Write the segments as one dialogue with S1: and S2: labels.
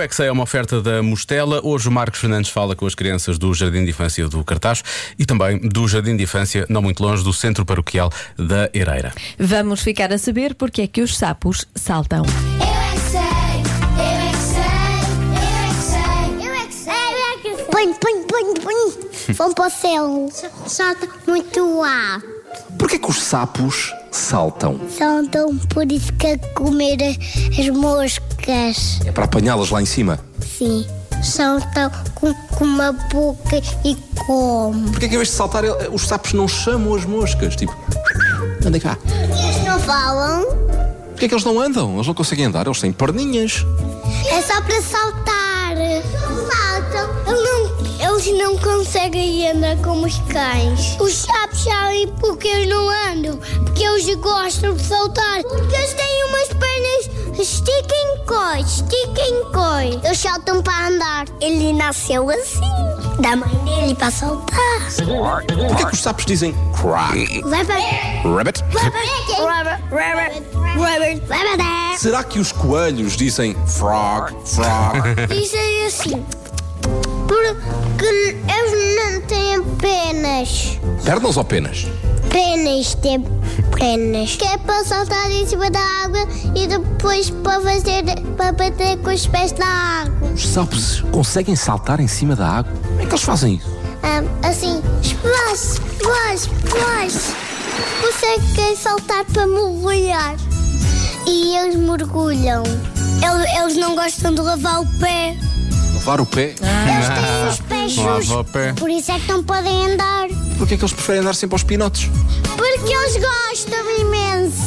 S1: é que sei é uma oferta da Mostela. Hoje o Marcos Fernandes fala com as crianças do Jardim de Infância do Cartaz e também do Jardim de Infância, não muito longe, do Centro Paroquial da Ereira.
S2: Vamos ficar a saber porque é que os sapos saltam.
S3: Eu é que sei, eu é que sei, eu é que sei, eu é que sei, eu é que sei, eu é que sei.
S4: Põe, põe, põe, põe. Vão para o céu.
S3: Solta
S4: Muito alto.
S5: Porquê que os sapos saltam?
S4: São tão por isso que é comer as moscas.
S5: É para apanhá-las lá em cima.
S4: Sim. São tão com, com uma boca e como.
S5: Porquê que em vez de saltar, ele- os sapos não chamam as moscas? Tipo, anda cá.
S4: Eles não falam?
S5: Porquê que eles não andam? Eles não conseguem andar, eles têm perninhas.
S4: É só para saltar. Saltam. Eles não, eles não conseguem andar como os cães. Os sapos sabem porque eles não andam. Porque eles gostam de saltar. Porque eles têm umas pernas esticam coi, esticam coi. Eles saltam para andar. Ele nasceu assim. Da mãe dele para saltar.
S5: Porquê que os sapos dizem crack,
S4: Vai para...
S5: rabbit?
S4: Vai para... Rabbit, rabbit, rabbit.
S5: Será que os coelhos dizem frog, frog?
S4: Dizem assim. Porque eles não têm penas.
S5: Pernas ou penas?
S4: Penas, têm penas. Que é para saltar em cima da água e depois para fazer. para bater com os pés na água.
S5: Os sapos conseguem saltar em cima da água? Como é que eles fazem isso?
S4: Ah, assim. Splash, splash, splash. Conseguem saltar para mergulhar. E eles mergulham. Eles, eles não gostam de lavar o pé.
S5: Lavar o pé?
S4: Eles têm os pés
S1: Lava o
S4: sujos.
S1: pé.
S4: Por isso é que não podem andar.
S5: Porquê que eles preferem andar sempre aos pinotes?
S4: Porque eles gostam imenso.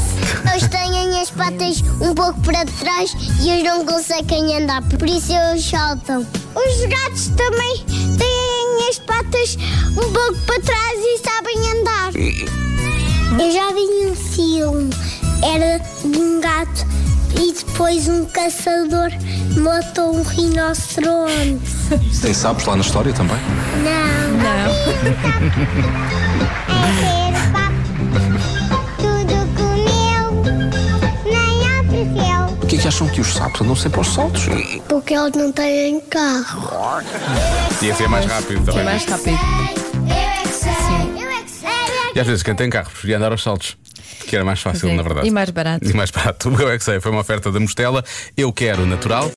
S4: Eles têm as patas um pouco para trás e eles não conseguem andar, por isso eles saltam. Os gatos também têm as patas um pouco para trás e sabem andar. Eu já vi um filme, era de um gato e depois um caçador matou um rinoceronte.
S5: Tem sapos lá na história também?
S4: Não.
S2: Não.
S4: É ser papo. Tudo comeu, nem apreciou.
S5: Porquê que acham que os sapos andam sempre aos saltos?
S4: Porque eles não
S3: tá
S4: têm carro.
S1: Ia ser mais rápido também.
S2: mais rápido.
S3: Eu é que sei,
S1: E às vezes quem tem carro preferia andar aos saltos, que era mais fácil,
S2: É.
S1: na verdade.
S2: E mais barato.
S1: E mais barato. O meu é que sei foi uma oferta da Mostela. Eu quero natural.